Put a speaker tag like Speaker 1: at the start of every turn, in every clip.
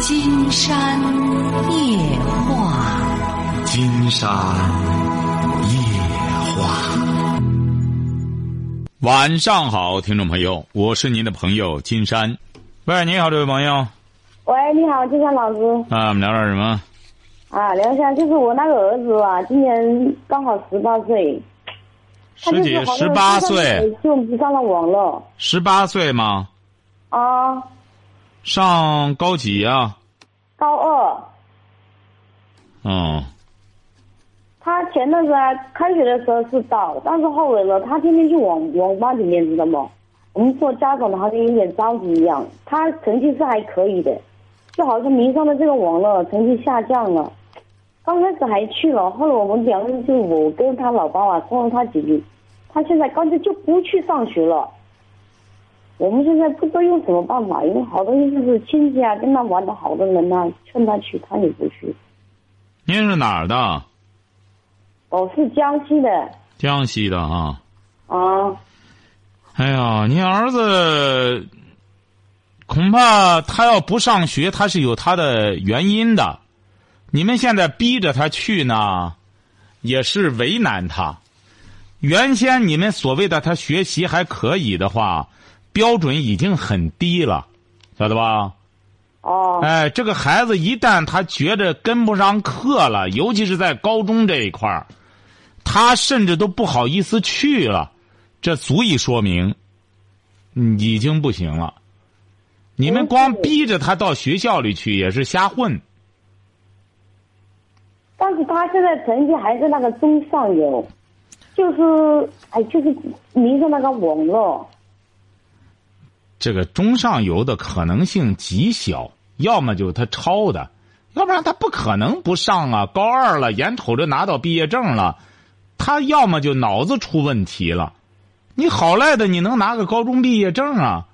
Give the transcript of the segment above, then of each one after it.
Speaker 1: 金山夜话。
Speaker 2: 金山夜话。
Speaker 3: 晚上好，听众朋友，我是您的朋友金山。喂，你好，这位朋友，
Speaker 4: 喂，你好，金山老师
Speaker 3: 啊，我们聊点什么？
Speaker 4: 啊，聊一下，就是我那个儿子啊，今年刚好十八岁，他
Speaker 3: 十
Speaker 4: 就
Speaker 3: 几
Speaker 4: 哎是好
Speaker 3: 十
Speaker 4: 像
Speaker 3: 八
Speaker 4: 上
Speaker 3: 岁，
Speaker 4: 学就不上了网了
Speaker 3: 十八岁吗？
Speaker 4: 啊，
Speaker 3: 上高几啊？
Speaker 4: 高二，
Speaker 3: 嗯，
Speaker 4: 他前段时间开学的时候是到，但是后来呢，他天天去网网吧里面，知道吗？我们做家长的好像有点着急一样，他成绩是还可以的，就好像迷上了这个网了，成绩下降了。刚开始还去了，后来我们两个人就我跟他老爸啊说了他几句，他现在干脆就不去上学了。我们现在不知道用什么办法，因为好多就是亲戚啊跟他玩的好的人呐、劝他去，他也不去。
Speaker 3: 您是哪儿的？
Speaker 4: 我、是江西的
Speaker 3: 江西的啊。
Speaker 4: 啊。
Speaker 3: 哎呀，您儿子恐怕他要不上学，他是有他的原因的。你们现在逼着他去呢，也是为难他。原先你们所谓的他学习还可以的话，标准已经很低了，晓得吧？
Speaker 4: 哦，
Speaker 3: 哎，这个孩子一旦他觉着跟不上课了，尤其是在高中这一块儿，他甚至都不好意思去了，这足以说明，嗯已经不行了。你们光逼着他到学校里去也是瞎混。
Speaker 4: 但是他现在成绩还是那个中上游，就是哎，就是迷上那个网络。
Speaker 3: 这个中上游的可能性极小，要么就他抄的，要不然他不可能不上啊。高二了，眼瞅着拿到毕业证了，他要么就脑子出问题了。你好赖的，你能拿个高中毕业证啊？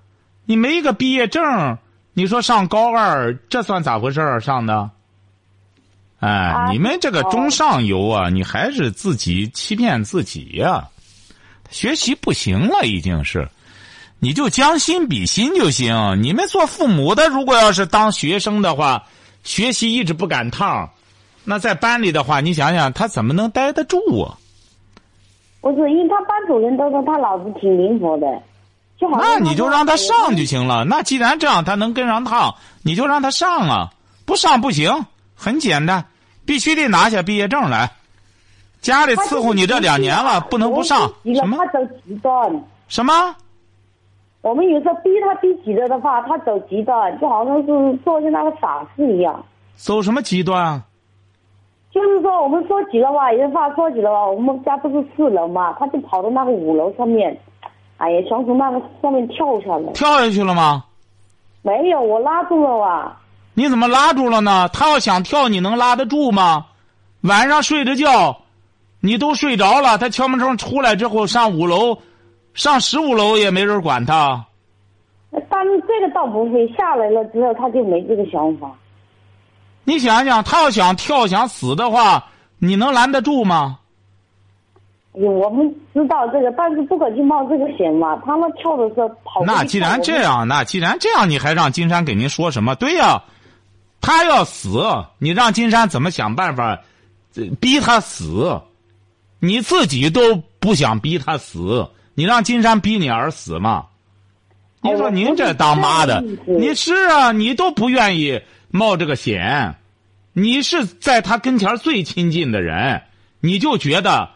Speaker 3: 你没个毕业证，你说上高二，这算咋回事儿？啊上的？哎，
Speaker 4: 啊
Speaker 3: 你们这个中上游啊，你还是自己欺骗自己呀、学习不行了，已经是。你就将心比心就行。你们做父母的，如果要是当学生的话，学习一直不赶趟，那在班里的话，你想想他怎么能待得住啊？
Speaker 4: 不是，因为他班主任都说他脑子挺灵活的，就好像
Speaker 3: 那你就让他上就行了。那既然这样，他能跟上趟，你就让他上啊。不上不行，很简单，必须得拿下毕业证来。家里
Speaker 4: 他就是
Speaker 3: 伺候你这两年了，不能不上。
Speaker 4: 急了
Speaker 3: 什么
Speaker 4: 他走极端。
Speaker 3: 什么？
Speaker 4: 我们有时候逼他逼急了的话，他走极端，就好像是做些那个傻事一样。
Speaker 3: 走什么极端啊？
Speaker 4: 就是说，我们说起的话，人话说起的话，我们家不是四楼嘛，他就跑到那个五楼上面，哎呀，想从那个上面跳下来。
Speaker 3: 跳下去了吗？
Speaker 4: 没有，我拉住了啊！
Speaker 3: 你怎么拉住了呢？他要想跳，你能拉得住吗？晚上睡着觉，你都睡着了，他敲门声出来之后上五楼，上十五楼也没人管他。
Speaker 4: 但是这个倒不会，下来了之后他就没这个想法。
Speaker 3: 你想想，他要想跳想死的话，你能拦得住吗？
Speaker 4: 哎呀我们知道这个，但是不敢去冒这个险嘛。他们跳的时候跑过去
Speaker 3: 那既然这
Speaker 4: 跳
Speaker 3: 样，那既然这样，你还让金山给您说什么？对呀、他要死，你让金山怎么想办法，呃逼他死？你自己都不想逼他死，你让金山逼你而死吗？
Speaker 4: 哎
Speaker 3: 您说
Speaker 4: 我
Speaker 3: 您
Speaker 4: 不是
Speaker 3: 这当妈的
Speaker 4: 这个意，思
Speaker 3: 你是啊，你都不愿意冒这个险，你是在他跟前儿最亲近的人，你就觉得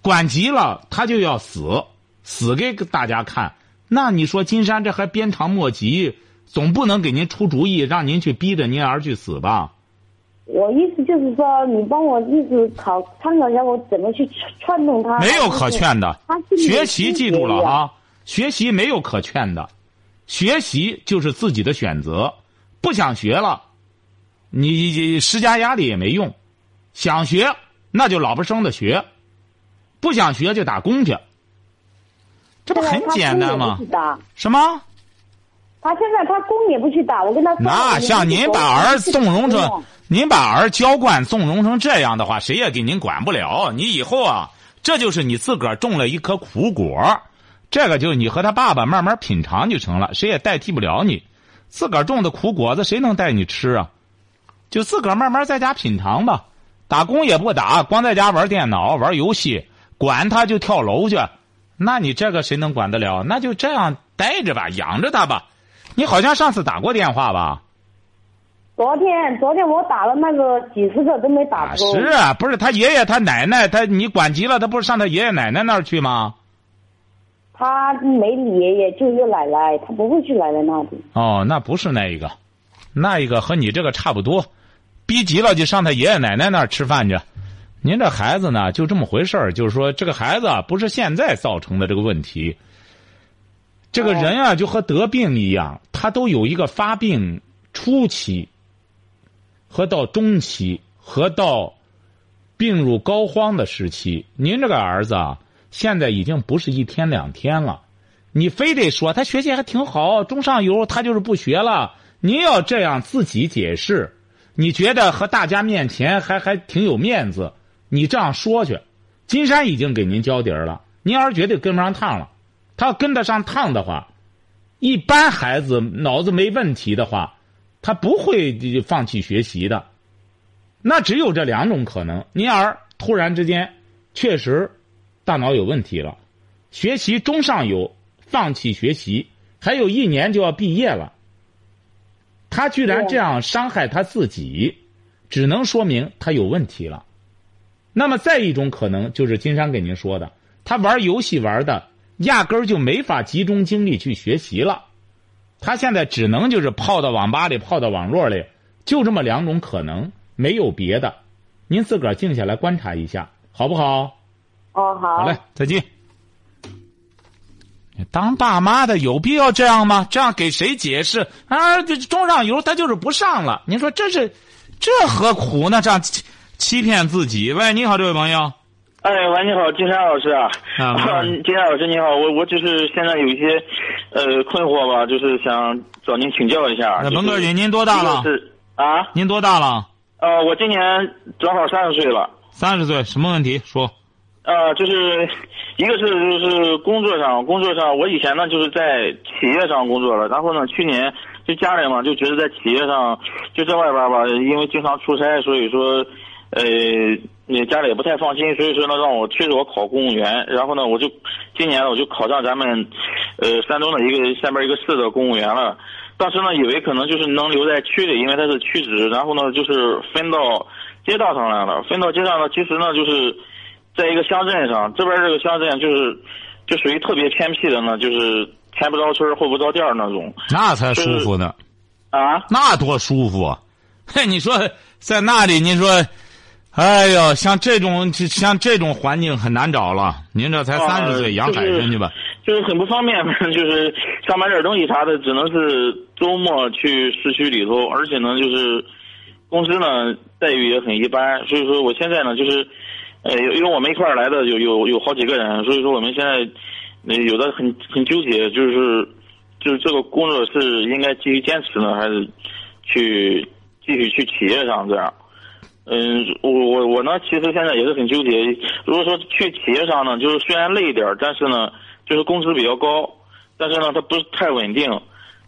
Speaker 3: 管急了他就要死，死给大家看。那你说金山这还鞭长莫及，总不能给您出主意，让您去逼着您儿去死吧？
Speaker 4: 我。我意思就是说，你帮我意思考参考一下，我怎么去劝动他。
Speaker 3: 没有可劝的
Speaker 4: 他心，里
Speaker 3: 学习记住了
Speaker 4: 有
Speaker 3: 啊，学习没有可劝的，学习就是自己的选择，不想学了，你施加压力也没用，想学那就老不生的学，不想学就打工去，这不
Speaker 4: 现在
Speaker 3: 很
Speaker 4: 啊他
Speaker 3: 简单
Speaker 4: 工也
Speaker 3: 吗
Speaker 4: 不去？打，
Speaker 3: 什么？
Speaker 4: 他现在他工也不去打，我跟他说。
Speaker 3: 那像您把儿纵容成
Speaker 4: 着。，
Speaker 3: 您把儿娇惯纵容成这样的话，谁也给您管不了。你以后啊，这就是你自个儿种了一颗苦果儿，这个就你和他爸爸慢慢品尝就成了，谁也代替不了你。自个儿种的苦果子谁能带你吃啊？就自个儿慢慢在家品尝吧。打工也不打，光在家玩电脑、玩游戏，管他就跳楼去。那你这个谁能管得了？那就这样待着吧，养着他吧。你好像上次打过电话吧？
Speaker 4: 昨天昨天我打了那个几十个都没打
Speaker 3: 啊，
Speaker 4: 通。
Speaker 3: 是啊，不是他爷爷他奶奶他你管急了，他不是上他爷爷奶奶那儿去吗？
Speaker 4: 他没爷爷，就有奶奶，他不会去奶奶那里。
Speaker 3: 哦，那不是那一个，那一个和你这个差不多，逼急了就上他爷爷奶奶那儿吃饭去。您这孩子呢，就这么回事儿，就是说这个孩子啊不是现在造成的这个问题。这个人啊，就和得病一样，他都有一个发病初期，和到中期，和到病入膏肓的时期。您这个儿子啊，现在已经不是一天两天了。你非得说他学习还挺好，中上游，他就是不学了。您要这样自己解释，你觉得和大家面前还还挺有面子，你这样说去。金山已经给您交底儿了，您要是绝对跟不上趟了，他要跟得上趟的话，一般孩子脑子没问题的话，他不会呃放弃学习的。那只有这两种可能：您要是突然之间确实大脑有问题了，学习中上游，放弃学习，还有一年就要毕业了。他居然这样伤害他自己，只能说明他有问题了。那么再一种可能就是金山给您说的，他玩游戏玩的压根儿就没法集中精力去学习了，他现在只能就是泡到网吧里，泡到网络里，就这么两种可能，没有别的。您自个儿静下来观察一下，好不好？
Speaker 4: 哦，好。
Speaker 3: 好嘞，再见。当爸妈的有必要这样吗？这样给谁解释啊？这中上游他就是不上了。您说这是，这何苦呢？这样欺欺骗自己。喂，你好，这位朋友。
Speaker 5: 哎，喂，你好，金山老师啊，
Speaker 3: 啊没事儿
Speaker 5: 金山老师你好，我我就是现在有一些，呃，困惑吧，就是想找您请教一下。
Speaker 3: 那文哥
Speaker 5: 就是
Speaker 3: 姐您多大了
Speaker 5: 一个是啊，
Speaker 3: 您多大了？
Speaker 5: 呃，我今年正好三十岁了，
Speaker 3: 三十岁，什么问题？说。
Speaker 5: 呃，就是一个是就是工作上，工作上我以前呢就是在企业上工作了，然后呢去年就家人嘛就觉得在企业上就在外边吧，因为经常出差，所以说，呃，那家里也不太放心，所以说呢让我催着我考公务员，然后呢我就今年我就考上咱们，呃山东的一个下边一个市的公务员了。当时呢，以为可能就是能留在区里，因为它是区职，然后呢，就是分到街道上来了。分到街道呢，其实呢，就是在一个乡镇上，这边这个乡镇就是就属于特别偏僻的呢，就是前不着村儿后不着店儿那种
Speaker 3: 那才舒服呢，
Speaker 5: 啊。
Speaker 3: 那多舒服啊！ 嘿，你说在那里，你说，哎呦，像这种像这种环境很难找了。您这才
Speaker 5: 啊
Speaker 3: 三十岁，养海参去吧。
Speaker 5: 就是很不方便， 反正就是想买点东西啥的，只能是周末去市区里头，而且呢，就是公司呢待遇也很一般，所以说我现在呢就是，呃，有因为我们一块儿来的有有有好几个人，所以说我们现在呃有的很很纠结，就是就是这个工作是应该继续坚持呢，还是去继续去企业上这样？嗯，我我我呢，其实现在也是很纠结。如果说去企业上呢，就是虽然累一点儿，但是呢，就是工资比较高，但是呢，它不是太稳定。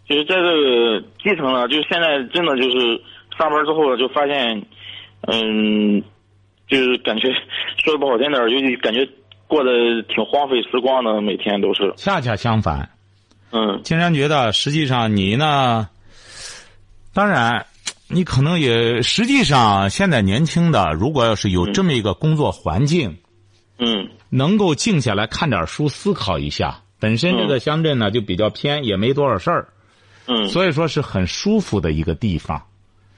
Speaker 5: 就是在这个基层呢，就是现在真的就是上班之后呢，就发现，嗯，就是感觉说的不好听点儿，就感觉过得挺荒废时光的，每天都是。
Speaker 3: 恰恰相反，
Speaker 5: 嗯
Speaker 3: 金山觉得实际上你呢，当然，你可能也实际上现在年轻的，如果要是有这么一个工作环境，
Speaker 5: 嗯
Speaker 3: 能够静下来看点书，思考一下。本身这个乡镇呢就比较偏，也没多少事儿，
Speaker 5: 嗯
Speaker 3: 所以说是很舒服的一个地方。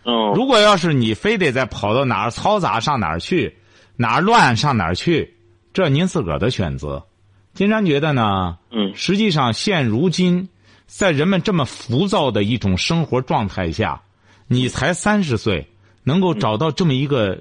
Speaker 5: 嗯
Speaker 3: 如果要是你非得再跑到哪儿嘈杂上哪儿去，哪儿乱上哪儿去，这您自个儿的选择。金山觉得呢，
Speaker 5: 嗯
Speaker 3: 实际上现如今，在人们这么浮躁的一种生活状态下，你才三十岁，能够找到这么一
Speaker 5: 嗯
Speaker 3: 个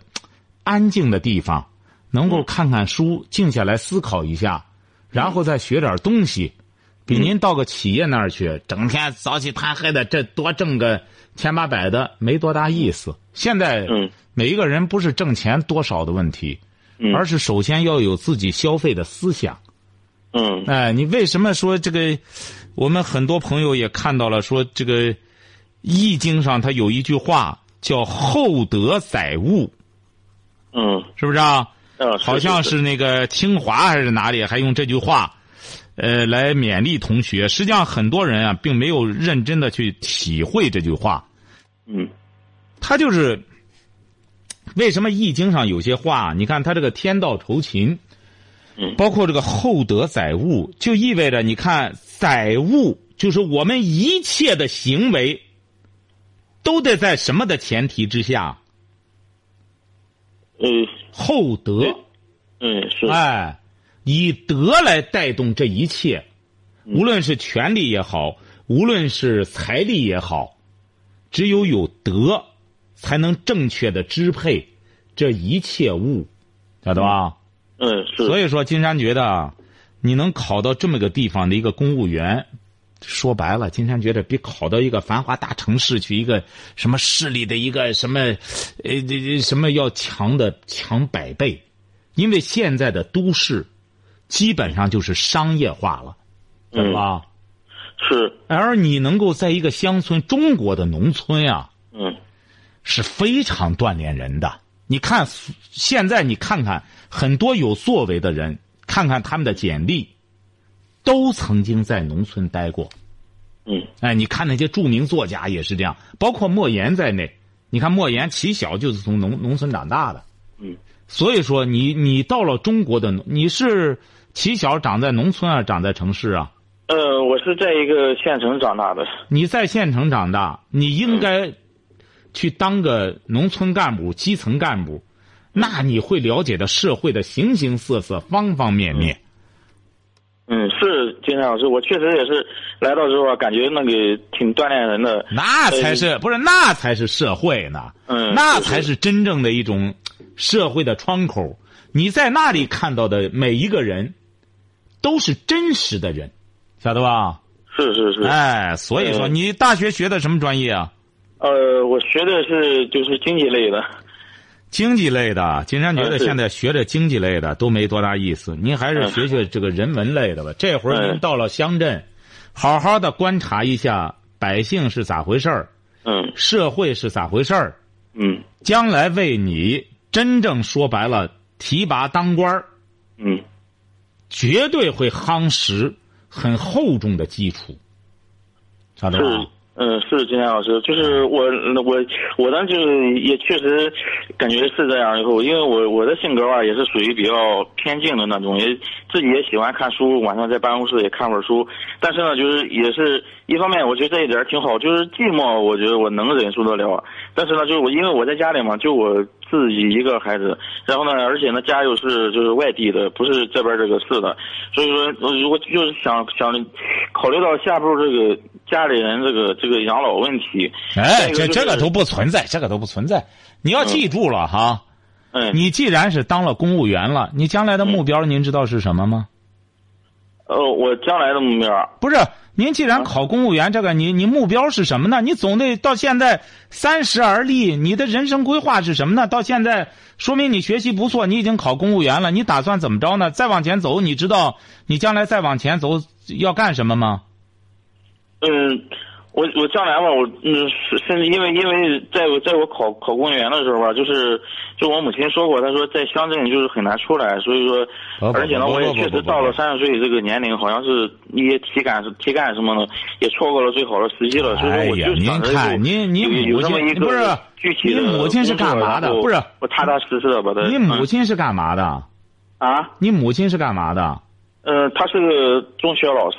Speaker 3: 安静的地方，能够看看书，静下来思考一下，然后再学点东西。
Speaker 5: 嗯
Speaker 3: 比您到个企业那儿去，整天早起贪黑的，这多挣个千八百的没多大意思。现在
Speaker 5: 嗯，
Speaker 3: 每一个人不是挣钱多少的问题，
Speaker 5: 嗯
Speaker 3: 而是首先要有自己消费的思想。
Speaker 5: 嗯
Speaker 3: 哎，你为什么说这个？我们很多朋友也看到了，说这个易经》上它有一句话叫“厚德载物
Speaker 5: 嗯”，
Speaker 3: 是不是啊？
Speaker 5: 嗯，
Speaker 3: 好像是那个清华还是哪里，还用这句话，呃，来勉励同学。实际上，很多人啊，并没有认真的去体会这句话。
Speaker 5: 嗯
Speaker 3: 他就是为什么《易经》上有些话，你看他这个天道酬勤
Speaker 5: 嗯，
Speaker 3: 包括这个厚德载物，就意味着你看载物，就是我们一切的行为，都得在什么的前提之下？
Speaker 5: 呃
Speaker 3: 厚德。
Speaker 5: 嗯是
Speaker 3: 哎，以德来带动这一切，无论是权力也好，无论是财力也好，只有有德，才能正确的支配这一切物，晓得吧？
Speaker 5: 嗯是
Speaker 3: 所以说，金山觉得啊，你能考到这么个地方的一个公务员。说白了，金山觉得比考到一个繁华大城市去一个什么市里的一个什么，呃，这这什么要强的强百倍。因为现在的都市基本上就是商业化了，对
Speaker 5: 嗯
Speaker 3: 吧？
Speaker 5: 是
Speaker 3: 而你能够在一个乡村，中国的农村啊，
Speaker 5: 嗯
Speaker 3: 是非常锻炼人的。你看现在，你看看很多有作为的人，看看他们的简历，都曾经在农村待过。
Speaker 5: 嗯
Speaker 3: 哎，你看那些著名作家也是这样，包括莫言在内。你看莫言起小就是从农农村长大的，
Speaker 5: 嗯，
Speaker 3: 所以说你你到了中国的农，你是起小长在农村啊，长在城市啊？
Speaker 5: 呃我是在一个县城长大的
Speaker 3: 你在县城长大，你应该去当个农村干部、基层干部，那你会了解的社会的形形色色、方方面面。
Speaker 5: 嗯是金山老师我确实也是来到之后啊感觉那个挺锻炼人的
Speaker 3: 那才是不是？那才是社会呢？
Speaker 5: 嗯
Speaker 3: 那
Speaker 5: 是
Speaker 3: 才是真正的一种社会的窗口。你在那里看到的每一个人，都是真实的人，晓得吧？
Speaker 5: 是是是
Speaker 3: 哎，所以说
Speaker 5: 嗯
Speaker 3: 你大学学的什么专业啊？
Speaker 5: 呃我学的是就是经济类的
Speaker 3: 经济类的，金山觉得
Speaker 5: 嗯是
Speaker 3: 现在学这经济类的都没多大意思，您还是
Speaker 5: 嗯
Speaker 3: 学学这个人文类的吧。这会儿
Speaker 5: 嗯
Speaker 3: 您到了乡镇，好好的观察一下百姓是咋回事儿，
Speaker 5: 嗯
Speaker 3: 社会是咋回事儿，
Speaker 5: 嗯
Speaker 3: 将来为你真正说白了提拔当官儿
Speaker 5: 嗯
Speaker 3: 绝对会夯实很厚重的基础，晓得吧
Speaker 5: 是？，嗯，是金山老师，就是我我我呢，就是也确实感觉是这样。以后，因为我我的性格吧，也是属于比较偏静的那种，也自己也喜欢看书，晚上在办公室也看会儿书。但是呢，就是也是一方面，我觉得这一点儿挺好，就是寂寞，我觉得我能忍受得了。但是呢，就是我因为我在家里嘛，就我自己一个孩子，然后呢，而且呢，家又是就是外地的，不是这边这个市的，所以说，我我就是想想考虑到下步这个家里人这个这个养老问题，
Speaker 3: 哎，
Speaker 5: 这
Speaker 3: 这
Speaker 5: 个就是
Speaker 3: 这个都不存在，这个都不存在。你要记住了哈。
Speaker 5: 嗯，
Speaker 3: 你既然是当了公务员了，你将来的目标您知道是什么吗？
Speaker 5: 呃，我将来的目标，
Speaker 3: 不是，您既然考公务员这个，你你目标是什么呢？你总得到现在三十而立，你的人生规划是什么呢？到现在说明你学习不错，你已经考公务员了，你打算怎么着呢？再往前走，你知道你将来再往前走要干什么吗？
Speaker 5: 嗯，我我将来吧，我嗯，是甚至因为因为在我在我考考公务员的时候吧，就是就我母亲说过，她说在乡镇就是很难出来，所以说
Speaker 3: 不，啊不
Speaker 5: 而且呢，
Speaker 3: 不不
Speaker 5: 我也
Speaker 3: 不
Speaker 5: 确
Speaker 3: 不
Speaker 5: 实
Speaker 3: 不
Speaker 5: 到了
Speaker 3: 不
Speaker 5: 三十岁这个年龄，好像是一些体感体感什么的，也错过了最好的时机了，所以说我就
Speaker 3: 哎您
Speaker 5: 想着有
Speaker 3: 看，您您
Speaker 5: 有有
Speaker 3: 母
Speaker 5: 这么一
Speaker 3: 亲
Speaker 5: 个
Speaker 3: 不是
Speaker 5: 具体
Speaker 3: 您
Speaker 5: 的
Speaker 3: 母亲是
Speaker 5: 工作
Speaker 3: 干嘛的
Speaker 5: 然后
Speaker 3: 不是
Speaker 5: 我踏踏实实的把它。
Speaker 3: 你母
Speaker 5: 嗯
Speaker 3: 亲是干嘛的？
Speaker 5: 啊，
Speaker 3: 你母亲是干嘛的？
Speaker 5: 呃，她是个中学老师，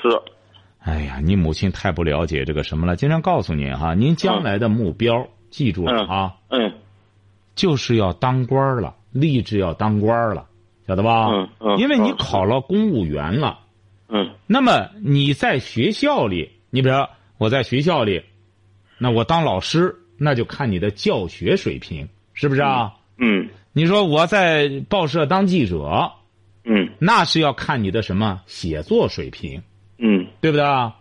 Speaker 3: 哎呀，你母亲太不了解这个什么了。经常告诉您哈，您将来的目标，记住了啊，
Speaker 5: 嗯
Speaker 3: 就是要当官儿了，立志要当官儿了，晓得吧？
Speaker 5: 嗯嗯
Speaker 3: 因为你
Speaker 5: 嗯
Speaker 3: 考了公务员了，
Speaker 5: 嗯
Speaker 3: 那么你在学校里，你比如说我在学校里，那我当老师，那就看你的教学水平，是不是啊？
Speaker 5: 嗯
Speaker 3: 你说我在报社当记者，
Speaker 5: 嗯
Speaker 3: 那是要看你的什么写作水平，
Speaker 5: 嗯，
Speaker 3: 对不对啊？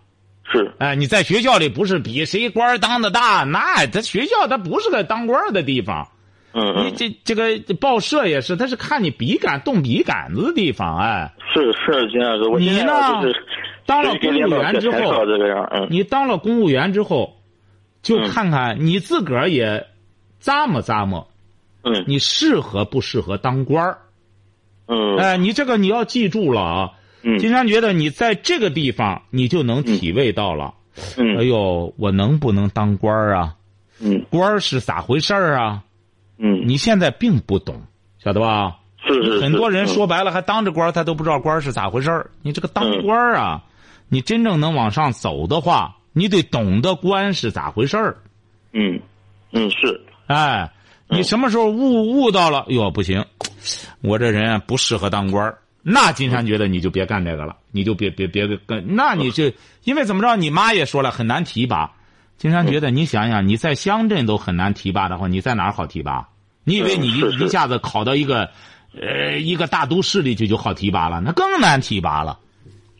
Speaker 5: 是。
Speaker 3: 哎，你在学校里不是比谁官儿当的大，那他学校他不是个当官儿的地方。
Speaker 5: 嗯
Speaker 3: 你
Speaker 5: 嗯，
Speaker 3: 这这个报社也是，他是看你笔杆动笔杆子的地方。 哎，
Speaker 5: 是是金老师，我
Speaker 3: 你
Speaker 5: 现在
Speaker 3: 呢
Speaker 5: 啊就是
Speaker 3: 当了
Speaker 5: 就是跟
Speaker 3: 公务
Speaker 5: 领导
Speaker 3: 员
Speaker 5: 学
Speaker 3: 之
Speaker 5: 才
Speaker 3: 后
Speaker 5: 知道这个样，嗯
Speaker 3: 你当了公务员之后，就
Speaker 5: 嗯
Speaker 3: 看看你自个儿也咂摸咂摸，
Speaker 5: 嗯
Speaker 3: 你适合不适合当官儿？
Speaker 5: 嗯
Speaker 3: 哎，你这个你要记住了啊！金
Speaker 5: 嗯
Speaker 3: 山觉得你在这个地方，你就能体味到了。哎
Speaker 5: 嗯
Speaker 3: 呦，我能不能当官儿啊？
Speaker 5: 嗯
Speaker 3: 官儿是咋回事儿啊？
Speaker 5: 嗯，
Speaker 3: 你现在并不懂，晓得吧？
Speaker 5: 是是是
Speaker 3: 很多人
Speaker 5: 嗯
Speaker 3: 说白了还当着官儿，他都不知道官儿是咋回事儿。你这个当官儿啊，你真正能往上走的话，你得懂得官是咋回事儿。
Speaker 5: 嗯嗯是
Speaker 3: 哎，你什么时候悟悟到了？哟，不行，我这人啊不适合当官儿。那金山觉得你就别干这个了，你就别别别跟，那你就因为怎么着？你妈也说了很难提拔。金山觉得你想想，你在乡镇都很难提拔的话，你在哪儿好提拔？你以为你
Speaker 5: 嗯是
Speaker 3: 一
Speaker 5: 是
Speaker 3: 一下子考到一个，呃，一个大都市里去就好提拔了？那更难提拔了。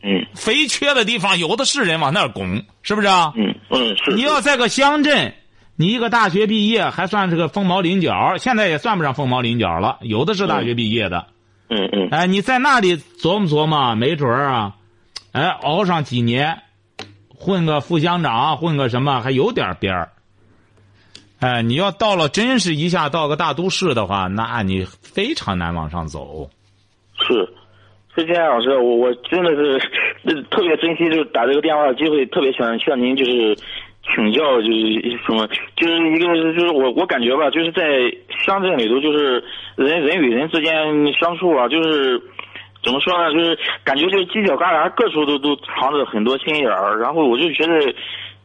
Speaker 5: 嗯
Speaker 3: 肥缺的地方有的是人往那儿拱，是不是啊？
Speaker 5: 嗯嗯是
Speaker 3: 你要在个乡镇，你一个大学毕业还算是个凤毛麟角，现在也算不上凤毛麟角了，有的是大学毕业的。
Speaker 5: 嗯嗯
Speaker 3: 哎，你在那里琢磨琢磨，没准儿啊，哎，熬上几年，混个副乡长，啊混个什么，还有点边儿。哎，你要到了真是一下到个大都市的话，那你非常难往上走。
Speaker 5: 是。崔健老师，我我真的是特别珍惜，就是打这个电话的机会，特别想向您就是请教，就是什么，就是一个就是我我感觉吧，就是在乡镇里头，就是人人与人之间相处啊，就是怎么说呢，就是感觉就是犄角旮旯各处都都藏着很多心眼儿，然后我就觉得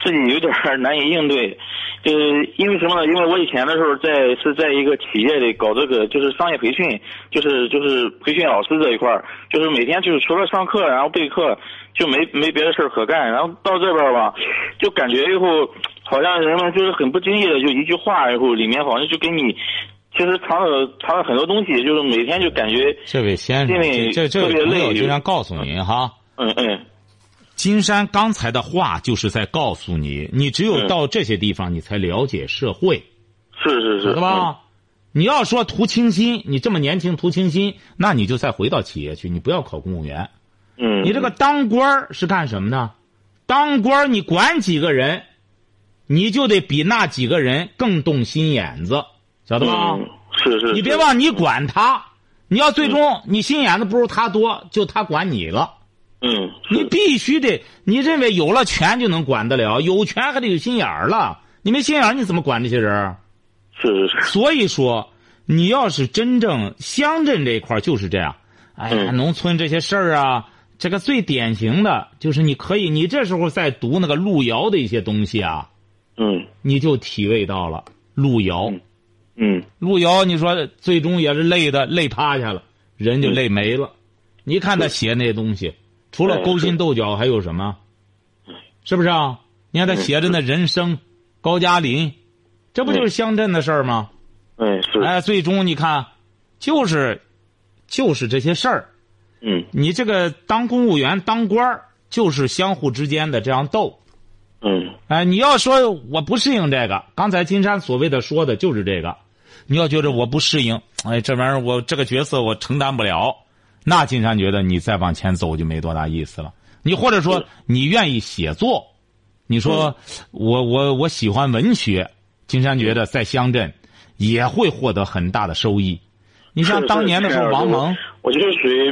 Speaker 5: 自己有点儿难以应对，就是因为什么呢？因为我以前的时候在是在一个企业里搞这个就是商业培训，就是就是培训老师这一块儿，就是每天就是除了上课然后备课，就没没别的事儿可干，然后到这边儿吧，就感觉以后好像人们就是很不经意的就一句话，然后里面好像就给你。其实藏了藏了很多东西，就是每天就感觉，
Speaker 3: 这位先生，
Speaker 5: 因为
Speaker 3: 这这
Speaker 5: 特别
Speaker 3: 位朋友，
Speaker 5: 累
Speaker 3: 经常告诉您哈。
Speaker 5: 嗯嗯
Speaker 3: 金山刚才的话就是在告诉你，你只有
Speaker 5: 嗯
Speaker 3: 到这些地方，你才了解社会，
Speaker 5: 是是嗯是，
Speaker 3: 对吧？你要说图清新，你这么年轻图清新，那你就再回到企业去，你不要考公务员。
Speaker 5: 嗯？嗯，
Speaker 3: 你这个当官儿是干什么呢？当官儿你管几个人，你就得比那几个人更动心眼子，晓得吧？
Speaker 5: 嗯，是是，
Speaker 3: 你别
Speaker 5: 是，
Speaker 3: 忘你管他，你要最终你心眼子不如他多，就他管你了。
Speaker 5: 嗯，是
Speaker 3: 你必须得，你认为有了权就能管得了，有权还得有心眼儿了。你没心眼儿，你怎么管这些人儿？啊
Speaker 5: 是是是，
Speaker 3: 所以说，你要是真正乡镇这一块儿就是这样，哎呀，
Speaker 5: 嗯
Speaker 3: 农村这些事儿啊，这个最典型的就是你可以，你这时候在读那个路遥的一些东西啊，
Speaker 5: 嗯
Speaker 3: 你就体味到了路遥。
Speaker 5: 嗯嗯
Speaker 3: 路遥，你说最终也是累的累趴下了，人就
Speaker 5: 嗯
Speaker 3: 累没了。你看他写那些东西，除了
Speaker 5: 哎
Speaker 3: 勾心
Speaker 5: 是
Speaker 3: 斗角还有什么？是不是啊？你看他
Speaker 5: 嗯
Speaker 3: 写着那人生，高加林，这不就是乡镇的事儿吗？
Speaker 5: 嗯是，
Speaker 3: 哎，最终你看，就是，就是这些事儿。
Speaker 5: 嗯
Speaker 3: 你这个当公务员、当官儿，就是相互之间的这样斗。
Speaker 5: 嗯
Speaker 3: 哎，你要说我不适应这个，刚才金山所谓的说的就是这个。你要觉得我不适应，哎，这玩意儿我这个角色我承担不了，那金山觉得你再往前走就没多大意思了。你或者说
Speaker 5: 是
Speaker 3: 你愿意写作，你说
Speaker 5: 嗯
Speaker 3: 我我我喜欢文学，金山觉得在乡镇也会获得很大的收益。你像
Speaker 5: 是
Speaker 3: 当年的时候，
Speaker 5: 是
Speaker 3: 王蒙，
Speaker 5: 我就是属于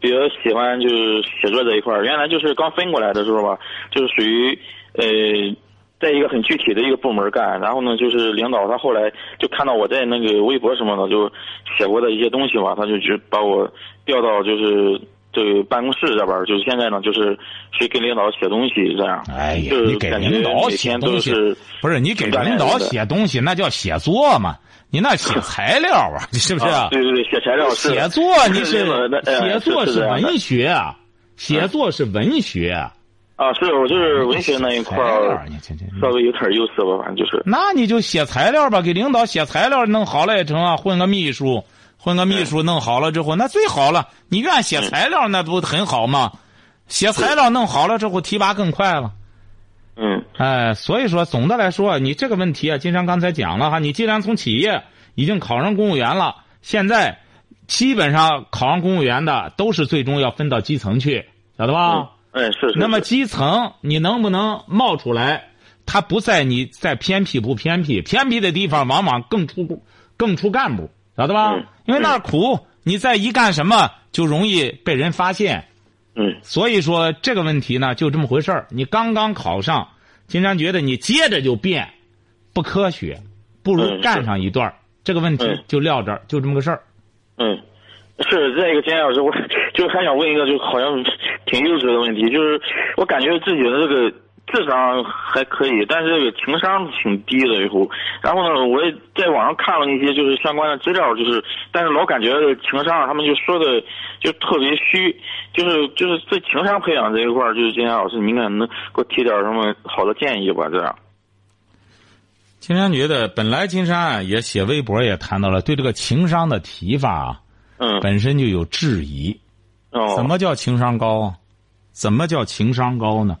Speaker 5: 比较喜欢就是写作这一块儿。原来就是刚分过来的时候吧，就是属于呃，在一个很具体的一个部门干。然后呢，就是领导他后来就看到我在那个微博什么的就写过的一些东西嘛，他就就把我调到就是。这个办公室这边儿就是现在呢，就是去给领导写东西这样。
Speaker 3: 哎呀
Speaker 5: 就，
Speaker 3: 你
Speaker 5: 是
Speaker 3: 给
Speaker 5: 感觉
Speaker 3: 领导
Speaker 5: 每
Speaker 3: 写
Speaker 5: 天
Speaker 3: 东
Speaker 5: 都
Speaker 3: 西
Speaker 5: 是，
Speaker 3: 不是你给领导写东西，那叫写作嘛？你那 写材料啊，是不是啊？
Speaker 5: 对对对，写材料是
Speaker 3: 写作你是
Speaker 5: 那呃
Speaker 3: 写作
Speaker 5: 是
Speaker 3: 是
Speaker 5: 这样的
Speaker 3: 文学啊，写作是文学啊。
Speaker 5: 啊，是我就是文学那一块儿
Speaker 3: 材料你这这
Speaker 5: 稍微有点优势吧，反正就是，
Speaker 3: 那你就写材料吧，给领导写材料弄好了也成啊，混个秘书，混个
Speaker 5: 嗯
Speaker 3: 秘书弄好了之后，那最好了。你愿写材料那不很好吗？写材料弄好了之后，提拔更快了。
Speaker 5: 嗯
Speaker 3: 哎，所以说总的来说，你这个问题啊，金山刚才讲了哈，你既然从企业已经考上公务员了，现在基本上考上公务员的都是最终要分到基层去，晓得吧？
Speaker 5: 嗯，哎是是，
Speaker 3: 啊那么
Speaker 5: 是
Speaker 3: 基层你能不能冒出来，他不在你在偏僻不偏僻，偏僻的地方往往更出更出干部，晓得吧
Speaker 5: 嗯？
Speaker 3: 因为那儿苦，你再一干什么就容易被人发现。
Speaker 5: 嗯
Speaker 3: 所以说这个问题呢，就这么回事儿。你刚刚考上，金山觉得你接着就变，不科学，不如
Speaker 5: 嗯
Speaker 3: 干
Speaker 5: 是
Speaker 3: 上一段儿。这个问题
Speaker 5: 嗯
Speaker 3: 就撂这儿，就这么个事儿。
Speaker 5: 嗯，是这个金老师，我就还想问一个，就好像挺幼稚的问题，就是我感觉自己的这个智商还可以，但是这个情商挺低的以后。然后呢，我也在网上看了一些就是相关的资料，就是但是老感觉情商他们就说的就特别虚，就是就是在情商培养这一块儿，就是金山老师，您看能给我提点什么好的建议吧？这样，
Speaker 3: 金山觉得，本来金山也写微博也谈到了对这个情商的提法啊，
Speaker 5: 嗯，
Speaker 3: 本身就有质疑。
Speaker 5: 哦，
Speaker 3: 怎么叫情商高啊？怎么叫情商高呢？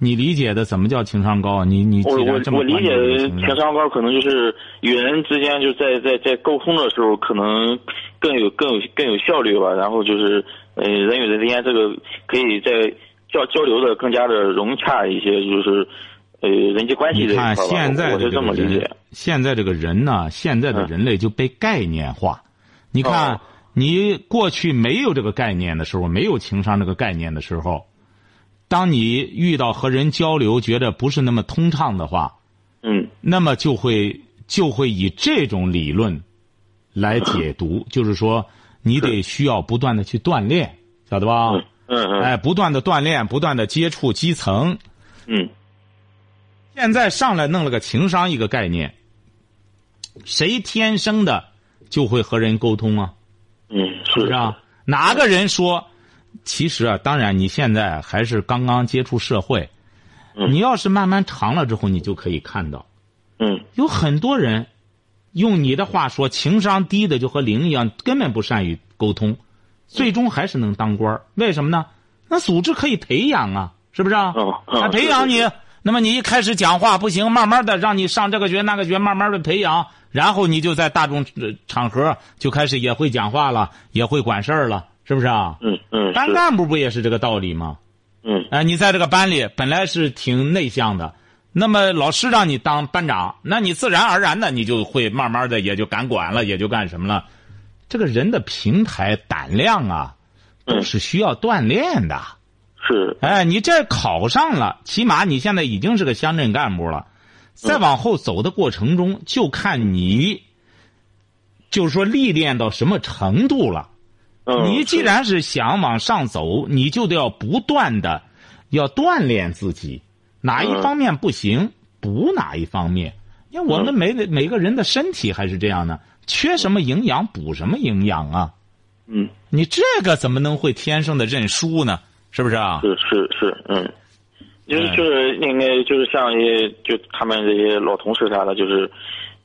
Speaker 3: 你理解的怎么叫情商高啊？你你既
Speaker 5: 我我
Speaker 3: 然这么
Speaker 5: 我理
Speaker 3: 关
Speaker 5: 解
Speaker 3: 注这个
Speaker 5: 的
Speaker 3: 情
Speaker 5: 情
Speaker 3: 商，
Speaker 5: 商高，可能就是与人之间就在在在沟通的时候，可能更有更有更有效率吧。然后就是呃，人与人之间这个可以在交交流的更加的融洽一些，就是呃人际关系
Speaker 3: 你
Speaker 5: 这一块
Speaker 3: 看
Speaker 5: 儿吧。
Speaker 3: 现在的
Speaker 5: 我是
Speaker 3: 这
Speaker 5: 这
Speaker 3: 个
Speaker 5: 么理解
Speaker 3: 人。，现在这个人呢，现在的
Speaker 5: 嗯
Speaker 3: 人类就被概念化。你看
Speaker 5: 哦，
Speaker 3: 你过去没有这个概念的时候，没有情商这个概念的时候，当你遇到和人交流觉得不是那么通畅的话，
Speaker 5: 嗯
Speaker 3: 那么就会就会以这种理论来解读，就是说你得需要不断的去锻炼，晓得吧？
Speaker 5: 嗯嗯
Speaker 3: 哎，不断的锻炼，不断的接触基层。
Speaker 5: 嗯
Speaker 3: 现在上来弄了个情商一个概念，谁天生的就会和人沟通啊？
Speaker 5: 嗯，
Speaker 3: 是不
Speaker 5: 是
Speaker 3: 是啊？哪个人说？其实啊，当然你现在还是刚刚接触社会，
Speaker 5: 嗯
Speaker 3: 你要是慢慢长了之后，你就可以看到。
Speaker 5: 嗯
Speaker 3: 有很多人，用你的话说，情商低的就和零一样，根本不善于沟通，最终还是能当官儿为什么呢？那组织可以培养啊，是不是啊？
Speaker 5: 哦哦
Speaker 3: 啊，培养你。那么你一开始讲话不行，慢慢的让你上这个学那个学，慢慢的培养，然后你就在大众呃场合就开始也会讲话了，也会管事儿了，是不是啊？
Speaker 5: 嗯嗯
Speaker 3: 当
Speaker 5: 是
Speaker 3: 干部不也是这个道理吗？
Speaker 5: 嗯
Speaker 3: 啊、你在这个班里本来是挺内向的，那么老师让你当班长，那你自然而然的你就会慢慢的也就敢管了，也就干什么了。这个人的平台胆量啊，都
Speaker 5: 嗯
Speaker 3: 是需要锻炼的。
Speaker 5: 是
Speaker 3: 哎，你这考上了，起码你现在已经是个乡镇干部了。再往后走的过程中，就看你，就是说历练到什么程度了。
Speaker 5: 嗯
Speaker 3: 你既
Speaker 5: 是
Speaker 3: 然是想往上走，你就得要不断的要锻炼自己，哪一
Speaker 5: 嗯嗯
Speaker 3: 方面不行，补哪一方面。因为我们每每个人的身体还是这样的，缺什么营养补什么营养啊！
Speaker 5: 嗯
Speaker 3: 你这个怎么能会天生的认输呢？是不是啊？
Speaker 5: 是是是，嗯，就是
Speaker 3: 哎
Speaker 5: 就是应该就是像一些就他们这些老同事啥的，就是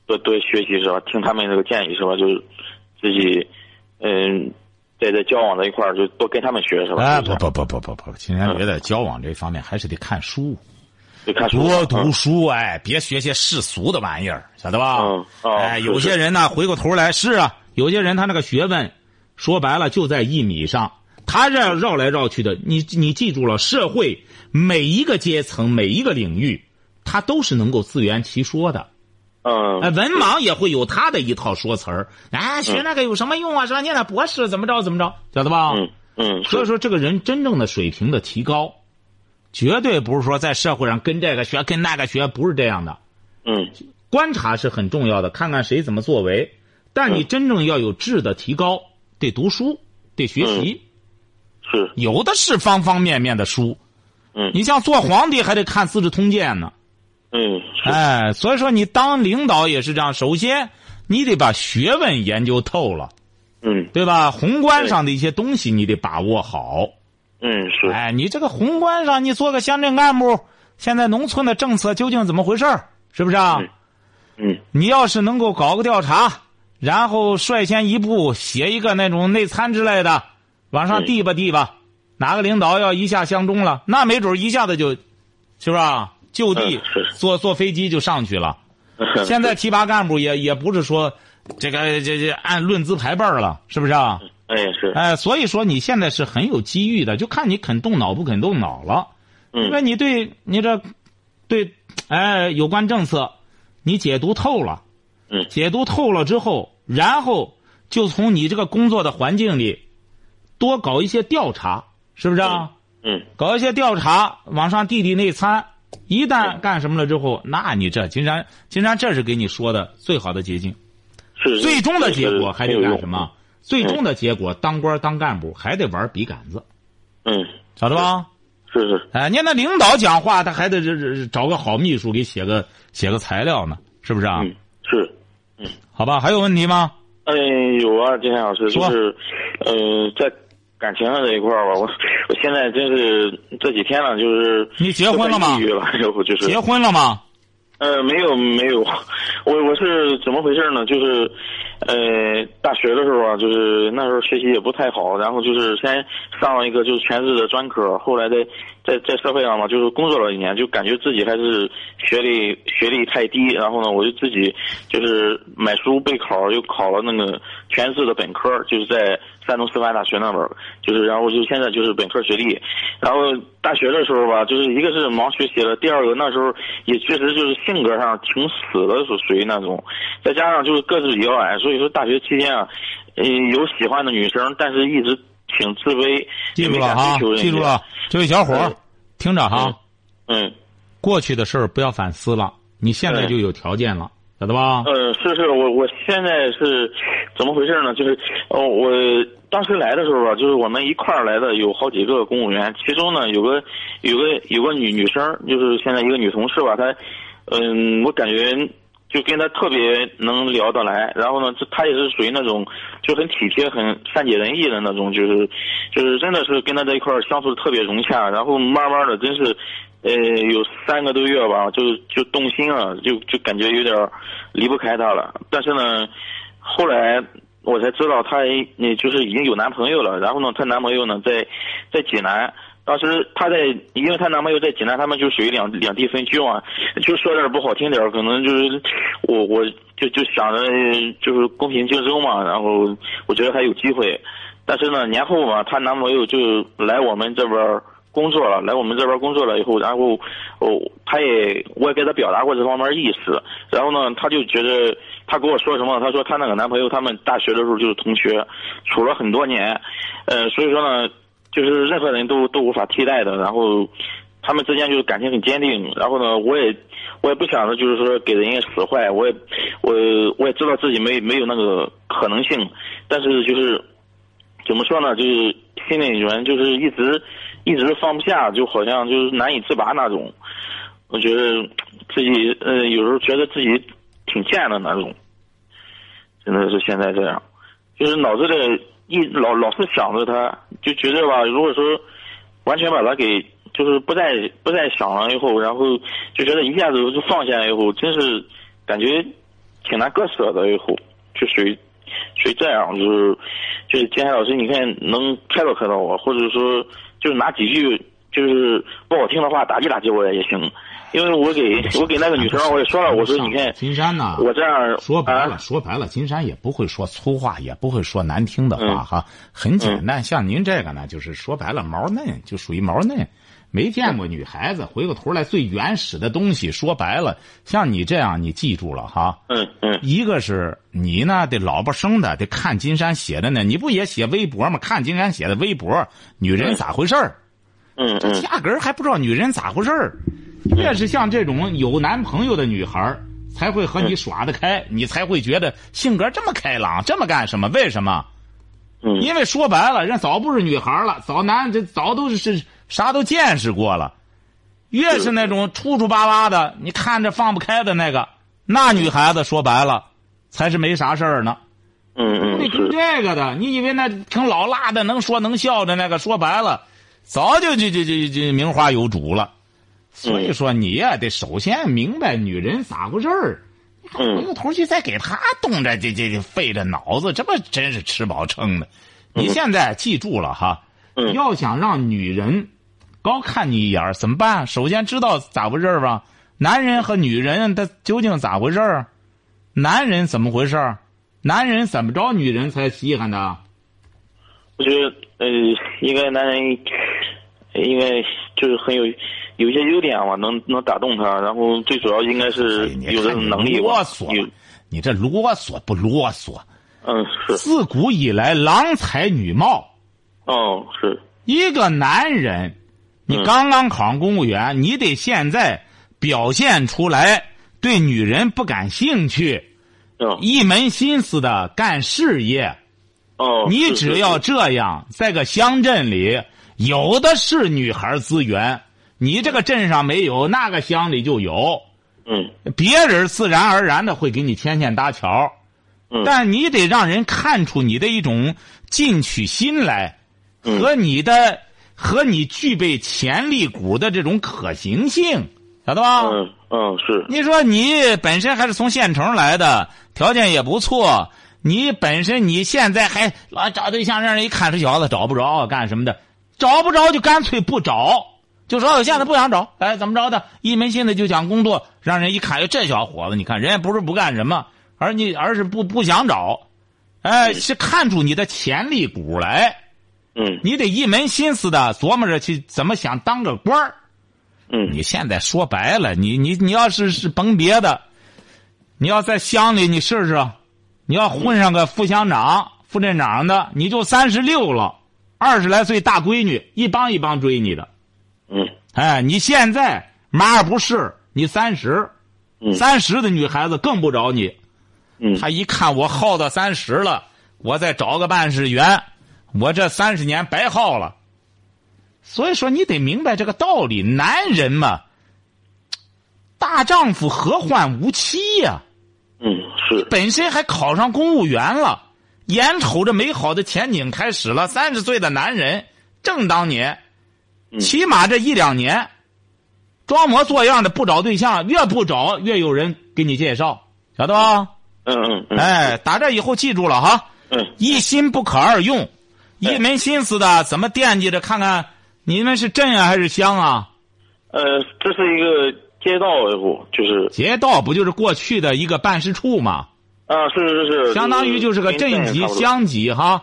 Speaker 5: 多多学习是吧？听他们这个建议是吧？就是自己嗯，在在交往这一块儿就多跟他们学是吧？
Speaker 3: 哎，
Speaker 5: 就是嗯
Speaker 3: 不不不不不不，秦然觉得交往这方面还是得看书，
Speaker 5: 就看书啊
Speaker 3: 多读书，哎，别学些世俗的玩意儿，晓得吧？
Speaker 5: 嗯哦
Speaker 3: 哎，
Speaker 5: 是
Speaker 3: 有些
Speaker 5: 是
Speaker 3: 人呢，回过头来是啊，有些人他那个学问，说白了就在一米上，他绕绕来绕去的，你你记住了，社会每一个阶层、每一个领域，他都是能够自圆其说的。
Speaker 5: 嗯
Speaker 3: 哎，
Speaker 5: 嗯
Speaker 3: 文盲也会有他的一套说辞儿，哎，学那个有什么用啊？是吧？念了博士怎么着怎么着，晓得吧？
Speaker 5: 嗯嗯，
Speaker 3: 所以
Speaker 5: 是
Speaker 3: 说，这个人真正的水平的提高，绝对不是说在社会上跟这个学、跟那个学，不是这样的。
Speaker 5: 嗯
Speaker 3: 观察是很重要的，看看谁怎么作为。但
Speaker 5: 嗯
Speaker 3: 你真正要有质的提高，得读书，得学
Speaker 5: 嗯
Speaker 3: 习，
Speaker 5: 是
Speaker 3: 有的是方方面面的书。
Speaker 5: 嗯
Speaker 3: 你像做皇帝还得看《资治通鉴》呢。
Speaker 5: 嗯是
Speaker 3: 哎，所以说你当领导也是这样，首先你得把学问研究透了，
Speaker 5: 嗯
Speaker 3: 对吧？宏观上的一些东西你得把握好。
Speaker 5: 嗯是
Speaker 3: 哎，你这个宏观上，你做个乡镇干部，现在农村的政策究竟怎么回事儿？是不是啊？
Speaker 5: 嗯嗯
Speaker 3: 你要是能够搞个调查，然后率先一步写一个那种内参之类的，往上
Speaker 5: 嗯
Speaker 3: 递吧递吧，哪个领导要一下相中了，那没准儿一下子就，是不是啊？就地
Speaker 5: 嗯是嗯
Speaker 3: 坐坐飞机就上去了。现在提拔干部也也不是说这个这这按论资排辈儿了，是不是啊？
Speaker 5: 哎是
Speaker 3: 哎，所以说你现在是很有机遇的，就看你肯动脑不肯动脑了。因为
Speaker 5: 嗯
Speaker 3: 你对你这对，哎，有关政策，你解读透了，
Speaker 5: 嗯
Speaker 3: 解读透了之后，然后就从你这个工作的环境里，多搞一些调查，是不是啊？
Speaker 5: 嗯，
Speaker 3: 搞一些调查，往上递递内参。一
Speaker 5: 嗯
Speaker 3: 旦干什么了之后，那你这金山，金山这是给你说的最好的捷径。
Speaker 5: 是
Speaker 3: 最终的结果
Speaker 5: 嗯是
Speaker 3: 还
Speaker 5: 没
Speaker 3: 得
Speaker 5: 有
Speaker 3: 干
Speaker 5: 用嗯
Speaker 3: 什么？最终的结果，当官当干部还得玩笔杆子，
Speaker 5: 嗯，
Speaker 3: 晓得吧？
Speaker 5: 是是，
Speaker 3: 哎，人家那领导讲话，他还得这这找个好秘书给写个写个材料呢，是不是啊？
Speaker 5: 嗯是。
Speaker 3: 好吧，还有问题吗？
Speaker 5: 哎，有啊，金山老师，就
Speaker 3: 说
Speaker 5: 是，呃，在感情上这一块儿吧，我我现在真是这几天了，就是
Speaker 3: 你结婚了吗
Speaker 5: 抑郁了，然后就是
Speaker 3: 结婚了吗？
Speaker 5: 呃，没有没有，我我是怎么回事呢？就是，呃，大学的时候啊，就是那时候学习也不太好，然后就是先上了一个就是全日的专科，后来在在在社会上嘛，就是工作了一年，就感觉自己还是学历学历太低，然后呢，我就自己就是买书备考，又考了那个全日的本科，就是在山东师范大学那边儿，就是然后就现在就是本科学历，然后大学的时候吧，就是一个是忙学习了，第二个那时候也确实就是性格上挺死的，属属于那种，再加上就是各自比较矮，所以说大学期间啊，嗯、有喜欢的女生，但是一直挺自卑，
Speaker 3: 记住
Speaker 5: 也没
Speaker 3: 了
Speaker 5: 敢
Speaker 3: 哈
Speaker 5: 追求，人家
Speaker 3: 记住了，，这位小伙儿
Speaker 5: 嗯，
Speaker 3: 听着哈
Speaker 5: 嗯，嗯。
Speaker 3: 过去的事儿不要反思了，你现在
Speaker 5: 嗯
Speaker 3: 就有条件了，晓得吧？
Speaker 5: 呃，是是，我我现在是怎么回事呢？就是哦，我当时来的时候吧，啊就是我们一块儿来的有好几个公务员，其中呢有个有个有个女女生，就是现在一个女同事吧，她嗯，我感觉。就跟她特别能聊得来，然后呢，这她也是属于那种就很体贴、很善解人意的那种，就是，就是真的是跟她在一块儿相处的特别融洽，然后慢慢的真是呃，有三个多月吧，就就动心了，就就感觉有点儿离不开他了。但是呢，后来我才知道她，也就是已经有男朋友了。然后呢，她男朋友呢在在济南。当时她在，因为她男朋友在济南，他们就属于两两地分居嘛。就说点儿不好听点儿，可能就是我我就就想着就是公平竞争嘛。然后我觉得还有机会，但是呢，年后嘛，她男朋友就来我们这边儿工作了，来我们这边儿工作了以后，然后哦，她也我也给她表达过这方面意思，然后呢，她就觉得她跟我说什么，她说她那个男朋友他们大学的时候就是同学，处了很多年，呃，所以说呢，就是任何人都都无法替代的，然后。他们之间就是感情很坚定，然后呢，我也我也不想着就是说给人家使坏，我也我我也知道自己没没有那个可能性，但是就是怎么说呢，就是心里面就是一直一直放不下，就好像就是难以自拔那种。我觉得自己呃，有时候觉得自己挺贱的那种，真的是现在这样，就是脑子里一老老是想着他，就觉得吧，如果说完全把他给就是不再不再想了以后，然后就觉得一下子就放下了以后，真是感觉挺难割舍的以后，就属于所以这样就是，就是金海老师，你看能开导开导我，或者说就是拿几句就是不好听的话打击打击我也行，因为我给嗯我给那个女生我也说了，我说 你看
Speaker 3: 金山呐，
Speaker 5: 我这样
Speaker 3: 说白了，
Speaker 5: 啊
Speaker 3: 说白了，金山也不会说粗话，也不会说难听的话
Speaker 5: 嗯
Speaker 3: 哈，很简单。像您这个呢，就是说白了，毛嫩就属于毛嫩，没见过女孩子，回过头来最原始的东西，说白了，像你这样，你记住了哈。
Speaker 5: 嗯嗯
Speaker 3: 一个是你呢得老不生的，得看金山写的呢，你不也写微博吗？看金山写的微博，女人咋回事儿？
Speaker 5: 嗯嗯
Speaker 3: 压根儿还不知道女人咋回事儿。越是像这种有男朋友的女孩儿，才会和你耍得开，
Speaker 5: 嗯
Speaker 3: 你才会觉得性格这么开朗，这么干什么？为什么？
Speaker 5: 嗯
Speaker 3: 因为说白了，人早不是女孩儿了，早男这早都是啥都见识过了。越是那种粗粗巴巴的，你看着放不开的那个，那女孩子说白了，才是没啥事儿呢。
Speaker 5: 嗯
Speaker 3: 你
Speaker 5: 嗯
Speaker 3: 听
Speaker 5: 是
Speaker 3: 这个的，你以为那挺老辣的，能说能笑的那个，说白了，早就就就就就名花有主了。所
Speaker 5: 嗯
Speaker 3: 以说，你呀、得首先明白女人咋回事儿，回
Speaker 5: 嗯
Speaker 3: 过头去再给她动着这这这费着脑子，这不真是吃饱撑的。你现在记住了哈，
Speaker 5: 嗯
Speaker 3: 要想让女人高看你一眼儿，怎么办？首先知道咋回事儿吧，男人和女人他究竟咋回事儿？啊男人怎么回事儿？男人怎么着，女人才稀罕的？
Speaker 5: 我觉得呃，应该男人应该就是很有有一些优点嘛，能能打动他。然后最主要应该是
Speaker 3: 哎你
Speaker 5: 有这
Speaker 3: 看
Speaker 5: 种
Speaker 3: 你
Speaker 5: 能力吧
Speaker 3: 啰。嗦
Speaker 5: 有
Speaker 3: 吧，你这啰嗦不啰嗦？
Speaker 5: 嗯是，
Speaker 3: 自古以来，郎才女貌。
Speaker 5: 哦是，
Speaker 3: 一个男人，你
Speaker 5: 嗯
Speaker 3: 刚刚考上公务员，你得现在表现出来对女人不感兴趣，
Speaker 5: 嗯
Speaker 3: 一门心思的干事业。
Speaker 5: 哦，
Speaker 3: 你
Speaker 5: 是
Speaker 3: 只要
Speaker 5: 是
Speaker 3: 这样，在个乡镇里，有的是女孩资源，你这个镇上没有，那个乡里就有，
Speaker 5: 嗯
Speaker 3: 别人自然而然的会给你牵线搭桥。
Speaker 5: 嗯
Speaker 3: 但你得让人看出你的一种进取心来，
Speaker 5: 嗯
Speaker 3: 和你的和你具备潜力股的这种可行性，晓得吧？
Speaker 5: 嗯嗯是，
Speaker 3: 你说你本身还是从县城来的，条件也不错，你本身你现在还老找对象，让人一看这小子找不着啊干什么的，找不着就干脆不找，就说我现在不想找，哎，怎么着的，一门心思就想工作，让人一看，哎，这小伙子，你看人家不是不干什么，而你而是不不想找，哎，是看出你的潜力股来，
Speaker 5: 嗯
Speaker 3: 你得一门心思的琢磨着去怎么想当个官儿。
Speaker 5: 嗯
Speaker 3: 你现在说白了，你你你要是是甭别的，你要在乡里你试试，你要混上个副乡长、副镇长的，你就三十六了，二十来岁大闺女一帮一帮追你的。
Speaker 5: 嗯
Speaker 3: 哎，你现在嘛也不是，你三十，
Speaker 5: 嗯
Speaker 3: 三十的女孩子更不找你。
Speaker 5: 嗯
Speaker 3: 她一看我耗到三十了，我再找个办事员，我这三十年白耗了。所以说，你得明白这个道理。男人嘛，大丈夫何患无妻呀、
Speaker 5: 嗯是，
Speaker 3: 本身还考上公务员了，眼瞅着美好的前景开始了。三十岁的男人，正当年，
Speaker 5: 嗯
Speaker 3: 起码这一两年，装模作样的不找对象，越不找越有人给你介绍，晓得吧？
Speaker 5: 嗯嗯 嗯，
Speaker 3: 哎，打这以后记住了哈，
Speaker 5: 嗯
Speaker 3: 一心不可二用，一门心思的怎么惦记着看看你们是镇啊还是乡啊？
Speaker 5: 呃，这是一个街道维护，就是
Speaker 3: 街道不就是过去的一个办事处吗？
Speaker 5: 啊是是是，
Speaker 3: 相当于就是个
Speaker 5: 跟
Speaker 3: 镇
Speaker 5: 也
Speaker 3: 级
Speaker 5: 差不多，
Speaker 3: 乡级哈。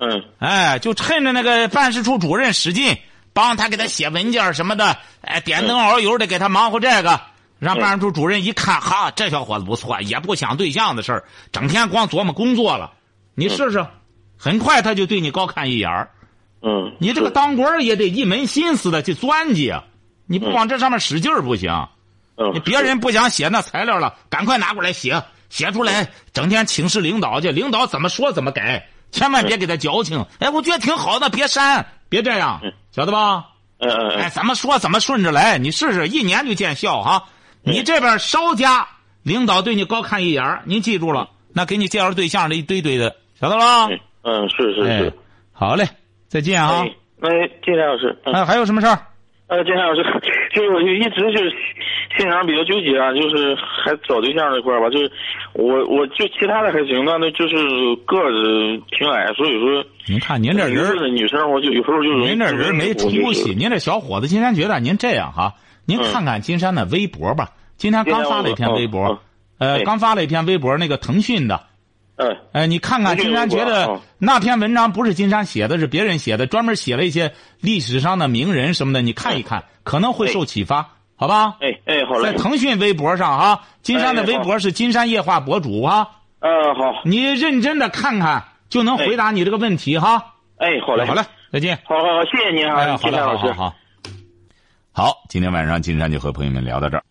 Speaker 5: 嗯
Speaker 3: 哎，就趁着那个办事处主任使劲，帮他给他写文件儿什么的，哎，点灯熬油的给他忙活这个，让
Speaker 5: 嗯
Speaker 3: 办事处主任一看，哈，这小伙子不错，也不想对象的事儿，整天光琢磨工作了。你试试，很快他就对你高看一眼儿。
Speaker 5: 嗯，
Speaker 3: 你这个
Speaker 5: 是
Speaker 3: 当官儿也得一门心思的去钻去啊，你不往这上面使劲儿不行。
Speaker 5: 嗯
Speaker 3: 你别人不想写那材料了，赶快拿过来写，写出来，整天请示领导去，领导怎么说怎么改，千
Speaker 5: 嗯
Speaker 3: 万别给他矫情。哎，我觉得挺好的，别删，别这样
Speaker 5: 嗯，
Speaker 3: 晓得吧？
Speaker 5: 嗯嗯
Speaker 3: 哎，
Speaker 5: 嗯
Speaker 3: 怎么说怎么顺着来，你试试，一年就见效哈、
Speaker 5: 嗯
Speaker 3: 你这边稍加，领导对你高看一眼儿，您记住了，那给你介绍对象的一堆堆的，晓得吧？
Speaker 5: 嗯嗯是是
Speaker 3: 哎
Speaker 5: 是，，
Speaker 3: 好嘞，再见啊！
Speaker 5: 哎，那金山老师，嗯。
Speaker 3: 哎，还有什么事儿？
Speaker 5: 呃，金山老师， 就是我就一直就是心里上比较纠结啊，就是还找对象这块儿吧，就是我我就其他的还行，但那就是个子挺矮，所以说
Speaker 3: 您看您这人儿
Speaker 5: 女士的女生，我就有时候就容易
Speaker 3: 您这人没
Speaker 5: 嗯我就
Speaker 3: 出息，
Speaker 5: 是
Speaker 3: 您这小伙子，金山觉得您这样哈，您看看金山的微博吧，今天刚发了一篇微
Speaker 5: 今天我嗯
Speaker 3: 博，呃，
Speaker 5: 对
Speaker 3: 刚发了一篇微博，那个腾讯的，
Speaker 5: 嗯
Speaker 3: 呃，你看看
Speaker 5: 腾
Speaker 3: 金
Speaker 5: 讯
Speaker 3: 山觉
Speaker 5: 微博
Speaker 3: 得
Speaker 5: 嗯
Speaker 3: 那篇文章不是金山写的，是别人写的，专门写了一些历史上的名人什么的，你看一看，可能会
Speaker 5: 对
Speaker 3: 受启发，好吧？
Speaker 5: 嗯哎哎，好嘞
Speaker 3: 在，腾讯微博上啊，金山的
Speaker 5: 哎
Speaker 3: 微博是金山夜话博主啊，
Speaker 5: 嗯好，
Speaker 3: 你认真的看看就能
Speaker 5: 哎
Speaker 3: 回答你这个问题哈。
Speaker 5: 哎好嘞，
Speaker 3: 好嘞，，再见。
Speaker 5: 好好好，谢谢您
Speaker 3: 哎
Speaker 5: 啊，
Speaker 3: 呀，好
Speaker 5: 金
Speaker 3: 的，
Speaker 5: 山
Speaker 3: 好
Speaker 5: 老
Speaker 3: 好
Speaker 5: 师。
Speaker 3: 好。好，今天晚上金山就和朋友们聊到这儿。